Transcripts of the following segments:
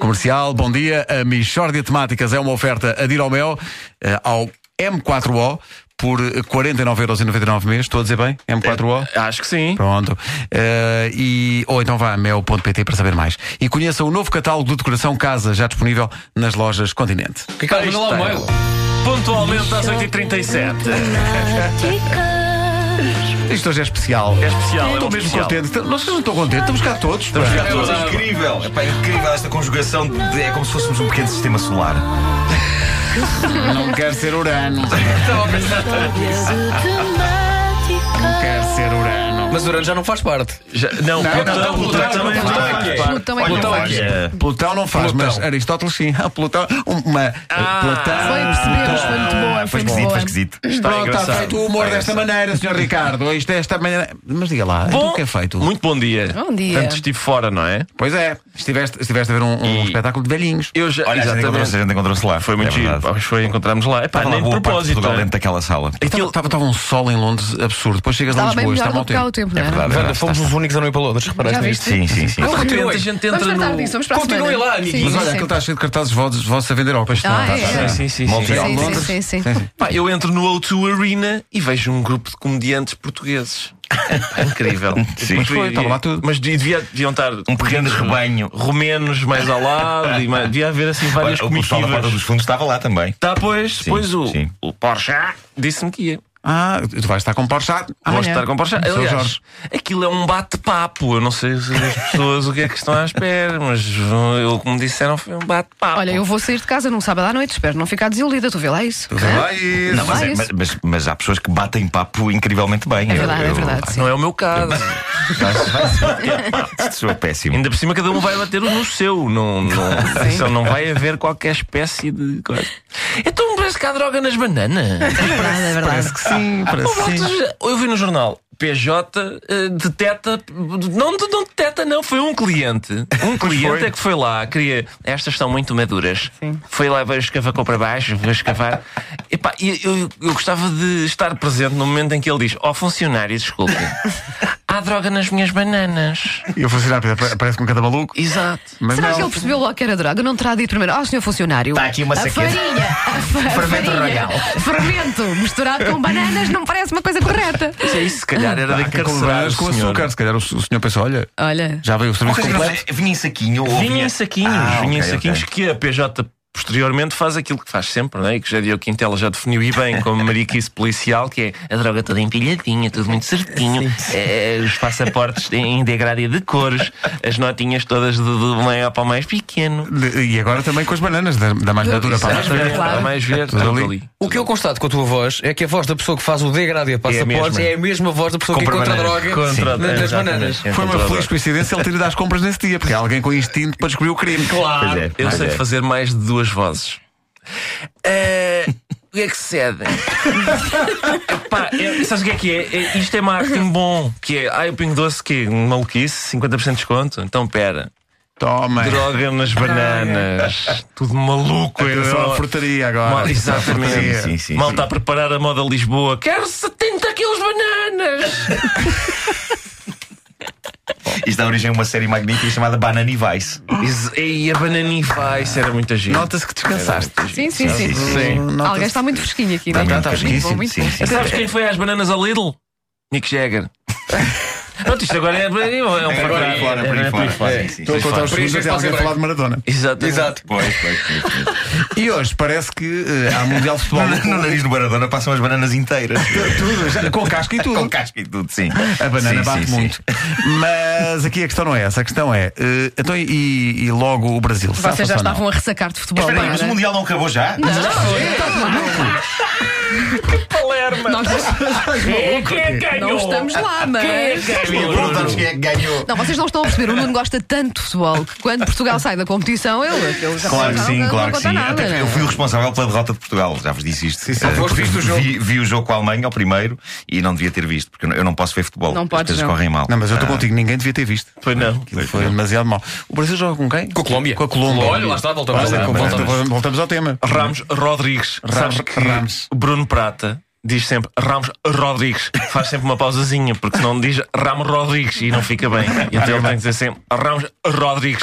Comercial, bom dia. A Michórdia Temáticas é uma oferta a Diromel eh, ao M4O por 49,99€ mês. Estou a dizer bem? M4O? Acho que sim. Pronto. Eh, e, ou então vá a mel.pt para saber mais. E conheça o novo catálogo de decoração casa já disponível nas lojas Continente. Ricardo, manda lá o mail. Pontualmente às 8h37. Temáticas. Isto hoje é especial. É especial, é Estou um mesmo especial. contente. Então, Nós não estou contente. Estamos cá todos. pá. cá todos. É incrível, é pá, é incrível esta conjugação. de- é como se fôssemos um pequeno sistema solar. Não quero ser Urano. Quero ser Urano. Mas Urano já não faz parte. Já- Não, então, Não, Plutão, não, Plutão Plutão, também Plutão não é faz que é. parte. Plutão é Olha, que não é. faz. Plutão não faz, mas Aristóteles sim. Ah, Plutão, uma. Ah, Plutão. Foi perceber, mas foi muito boa. Foi Foi muito esquisito, boa. foi esquisito. Pronto, está engraçado. feito o Tá humor Está desta maneira, Sr. Ricardo. Isto é esta maneira. Mas diga lá, então o que é feito? Muito bom dia. Bom dia. Tanto estive fora, não é? Pois é, estiveste, estiveste a ver um, um E- espetáculo de velhinhos. Eu já. Olha, a gente encontrou-se, a gente encontrou-se lá. Foi muito é giro. verdade. Pá, Foi encontrarmos é Tá lá. Epá, Estava lá nem de boa parte de propósito. Portugal não é? dentro daquela sala. Estava aquilo- estava- estava um sol em Londres absurdo. Depois chegas a Estava bem Lisboa, melhor está do mau que cá tá tempo. o tempo, não É verdade. Wanda, fomos Tá, os únicos a não ir para Londres. Reparaste Já nisto? viste? Sim, sim, sim. Não, Continua. a gente Vamos entra tratar no. disso, vamos para a Continuem semana. lá, amiguinhos. Sim, Mas olha, sim. aquilo está cheio de cartazes vossos vossos a vender óculos. Ah, é, é. Sim, sim, sim. Malta. sim. Sim, tá. Londres. sim, sim, sim. Pá, tá. eu entro no O2 Arena e vejo um grupo de comediantes portugueses. Pá, incrível. Sim. Mas, Foi, estava lá tudo. mas devia, deviam estar Um pequeno rebanho. romenos mais ao lado e mais- devia haver assim Olha, várias o pessoal da comitivas. Porta dos Fundos estava lá também. Tá, pois, Sim, pois o, sim. o Porsche disse-me que ia. Ah, tu vais estar com Porsche. Ah, Vou estar com Porsche. Seu Aliás, Jorge. aquilo é um bate-papo. Eu não sei se as pessoas o que é que estão à espera, mas uh, eu, como disseram, foi um bate-papo. Olha, eu vou sair de casa num sábado à noite, espero não ficar desiludida. Tu vê lá isso? Hã? Não, mas, Ah, é- isso. mas, mas- mas há pessoas que batem papo incrivelmente bem. É verdade, é verdade. sim. Não é o meu caso. Sou péssimo. Ainda por cima, cada um vai bater no seu. Não, não, só não vai haver qualquer espécie de coisa. Então parece que há droga nas bananas. É verdade, é verdade. Sim, parece Ou voltas- Ah, Eu vi no jornal. PJ eh, deteta. Não, não deteta, não. Foi um cliente. Um cliente é que foi lá. Queria. Estas são muito maduras. Foi lá, veio escavacou para baixo, veio escavar. Epá, e eu, eu gostava de estar presente no momento em que ele diz: Ó funcionário, desculpe, há droga nas minhas bananas. E o funcionário pa- parece um cada maluco. Exato. Mas Será é não. que ele percebeu logo que era droga? Não terá dito primeiro, ah, senhor funcionário. Está aqui uma a saqueta. farinha, a fa- a Fermento farinha, royal. fermento misturado com bananas não parece uma coisa correta. Isso é isso, se calhar era de Há que cobrar encarcerar o com senhor. açúcar. Se calhar o, s- o senhor pensa, olha, Olha, já veio o serviço Uma coisa que não completo. sei, Vinha em saquinho ou Vinha em saquinhos, Ah, vinha em ok, saquinhos ok. que a PJ posteriormente faz aquilo que faz sempre, não é? E que já Diogo Quintela já definiu e bem como mariquice policial, que é a droga toda empilhadinha, tudo muito certinho, eh, os passaportes em degradê de cores, as notinhas todas de, de maior para o mais pequeno. De- E agora também com as bananas, da, da mais madura para a mais Exatamente, velha. Claro. para mais ver, tá Tudo tudo ali. ali. O que eu constato com a tua voz é que a voz da pessoa que faz o degradê a passaportes mesma. é, a mesma voz da pessoa que Compra encontra bananas. droga Contra- nas- nas exatamente. bananas. É Foi uma contra- feliz coincidência ele ter ido às compras nesse dia, porque há alguém com instinto para descobrir o crime. Pois é, Eu pois sei é. fazer mais de duas vozes. Eh, o que é que cede? Epá, é, sabes o que é que é? É, Isto é marketing bom. Que é, ai, o Pingo Doce, que é um maluquice, 50% de desconto. Então, pera. Toma. é. Droga nas bananas. Tudo maluco. é, Atenção à é, frutaria agora. Mal, Sim, exatamente. sim, sim, Mal sim. está a preparar a moda Lisboa. Quero 70 quilos de bananas. Isto dá origem a uma série magnífica chamada Banana Vice. Ex- E a banana vai, isso era muita gente. Nota-se que descansaste. sim, sim, Sim, sim. Sim. Nota-se- Alguém está muito fresquinho aqui, não Também é? um bocadinho. Muito bom, muito Sim, bom. sim, sim. É Sabes quem foi às bananas a Lidl? Nick Jagger. Pronto, isto agora é, é um É, por aí fora, por aí fora. Sim, sim, Estou a sim. contar os Por isso segundos é que até alguém passa falar de Maradona. Exato. Exato. Pois, pois, pois, pois. E hoje parece que eh, há Mundial de Futebol. No, no nariz do Maradona passam as bananas inteiras. Tudo, já- com casca e Com tudo. casca e tudo, sim. A banana Sim, bate sim, sim. muito. Mas aqui a questão não é essa. A questão é. eh, então, e, e logo o Brasil? Vocês já Safa-se ou não? estavam a ressacar de futebol, Espera aí, mas o não era? Mundial não acabou já? Palermo. Nós é não estamos lá, mas. Perguntamos quem é que ganhou. Não, vocês não estão a perceber. O Nuno gosta tanto de futebol que quando Portugal sai da competição, ele. aquele já Claro que não- sim, não claro que conta sim. Nada, Até não é? eu fui o responsável pela derrota de Portugal, já vos disse isto. Eh, foste, porque viste o jogo. Vi, vi o jogo com a Alemanha, o primeiro, e não devia ter visto, porque eu não- eu não posso ver futebol. Não As podes, coisas não. correm mal. Não, mas eu estou contigo, ninguém devia ter visto. Foi não. Aquilo Foi demasiado mal. O Brasil joga com quem? Com a Colômbia. Com a Colômbia. Olha, lá está, voltamos. Olha, Lá está, voltamos. voltamos. voltamos ao tema. Ramos Rodrigues. Ramos- Sabes que Ramos. Bruno Prata diz sempre Ramos Rodrigues. Faz sempre uma pausazinha, porque senão diz Ramos Rodrigues e não fica bem. E então ele tem que dizer sempre Ramos Rodrigues.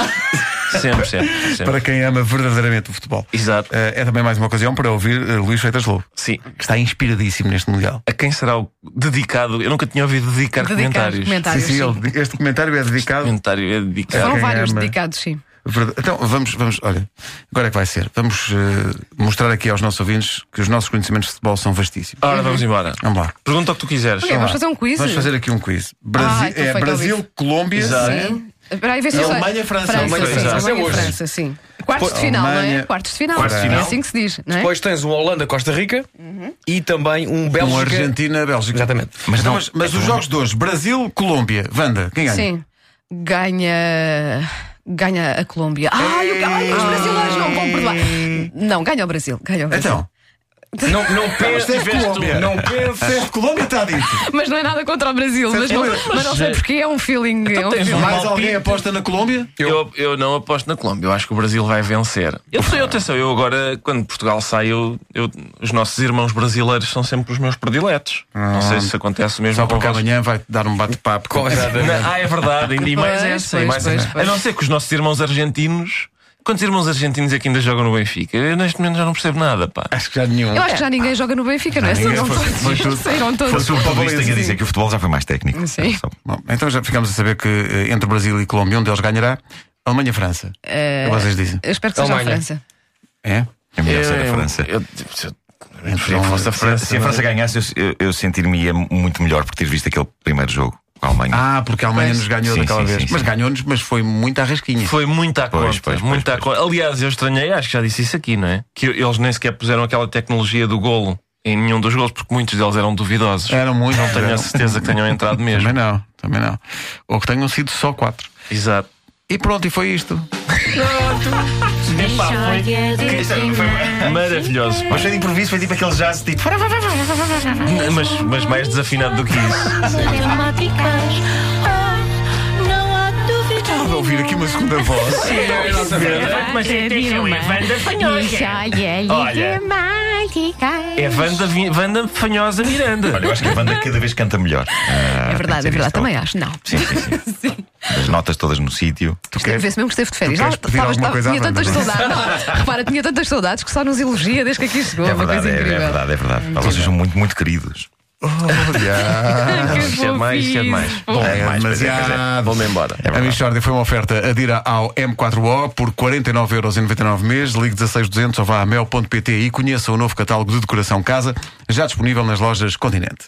Sempre, sempre. sempre. Para quem ama verdadeiramente o futebol. Exato. Eh, é também mais uma ocasião para ouvir eh, Luís Freitas Lobo, Sim. que está inspiradíssimo neste Mundial. A quem será o dedicado? Eu nunca tinha ouvido dedicar, um Dedicar comentários. Sim, comentários. sim, sim. ele- este comentário é dedicado. Comentário é dedicado. Para São quem vários ama. dedicados, sim. Verdade. Então vamos, vamos, olha, agora é que vai ser. Vamos eh, mostrar aqui aos nossos ouvintes que os nossos conhecimentos de futebol são vastíssimos. Ora, vamos embora. Vamos lá. Pergunta o que tu quiseres. Ok, vamos fazer um quiz. Vamos fazer aqui um quiz. Brasi- então é foi Brasil, Covid. Colômbia, Sim. Espera aí, vê se eu sei. Alemanha, França. França, Alemanha, sim, França. Alemanha, É hoje. França, sim. Quartos de final, não é? Alemanha- Quartos de final. Quartos de É final. assim que se diz, não é? Depois tens o Holanda-Costa Rica e também um Bélgica. com Argentina, Bélgica. Exatamente. Mas, não, Então, É mas, mas os jogos de hoje, Brasil, Colômbia, Wanda, quem ganha? Sim. Ganha. Ganha a Colômbia. Ai, o- ai, É. os brasileiros não vão perdoar. Não, ganha o Brasil. Ganha o Brasil. Então, Não, não penses, Mas teve Colômbia. não penses. a Colômbia está dito. Mas não é nada contra o Brasil. Mas não, Mas- mas não sei porque é um feeling. é um tens feeling. um- Mais Malpite. alguém aposta na Colômbia? Eu, eu não aposto na Colômbia, eu acho que o Brasil vai vencer. Eu falei, atenção, eu agora, quando Portugal sai, eu, eu- os nossos irmãos brasileiros são sempre os meus prediletos. Não sei se acontece o mesmo Só com porque vocês. amanhã vai dar um bate-papo. com- Exatamente. Ah, é verdade, ainda e mais Pois, essa. e pois, mais pois, essa. pois. A não ser que os nossos irmãos argentinos. Quantos irmãos argentinos é que ainda jogam no Benfica? Eu neste momento já não percebo nada, pá. Acho que já nenhum. Eu acho que já ninguém joga no Benfica, não é? ninguém. Saíram Foi- foi tudo- todos. Saíram Foi todos. sobretudo isto que tenho a um dizer Sim. que o futebol já foi mais técnico. É Sim. Só- Bom, então já ficamos a saber que eh, entre Brasil e Colômbia, um deles ganhará. Alemanha-França. É o que vocês dizem. Eh, Eu espero que seja a Alemanha. França. É? É melhor ser a França. Eu, eu, eu- eu preferia que fosse Então, a França. Se a França ganhasse, eu- eu, eu sentir-me muito melhor por ter visto aquele primeiro jogo com a Alemanha. Ah, porque a Alemanha Pois. nos ganhou Sim, daquela sim, vez. sim, mas sim. ganhou-nos, mas foi muito à rasquinha. Foi muito à Pois, conta. pois, pois, muito à pois. conta. Aliás, eu estranhei, acho que já disse isso aqui, não é? Que eles nem sequer puseram aquela tecnologia do golo em nenhum dos golos, porque muitos deles eram duvidosos. É. Eram muito. Não tenho a certeza que tenham entrado mesmo. Também não, também não. Ou que tenham sido só quatro. Exato. E pronto, e foi isto. é Maravilhoso. É. Mas foi de improviso, foi tipo aquele jazz tipo. Mas, mas mais desafinado do que isso. Oh, Não há dúvida. Vou ouvir aqui uma segunda voz. é É Wanda, Vi- Wanda Fanhosa Miranda. Olha, eu acho que a banda cada vez canta melhor. Ah, É verdade, é verdade. Também acho. Não. Sim, sim, sim. As notas todas no sítio. queres- Vê-se mesmo que esteve de férias. tu queres pedir alguma coisa à tinha Wanda, tantas não é? saudades. Não, repara, tinha tantas saudades que só nos elogia desde que aqui chegou. É uma verdade, coisa é, é incrível. verdade, é verdade. Vocês são muito, muito queridos. Isso é demais, isso é demais. Bom, É mas- mas é- demasiado. Vou-me embora. A Michórdia foi uma oferta adira ao M4O por 49,99€ mês, ligue 16200 ou vá a mel.pt e conheça o novo catálogo de decoração casa, já disponível nas lojas Continente.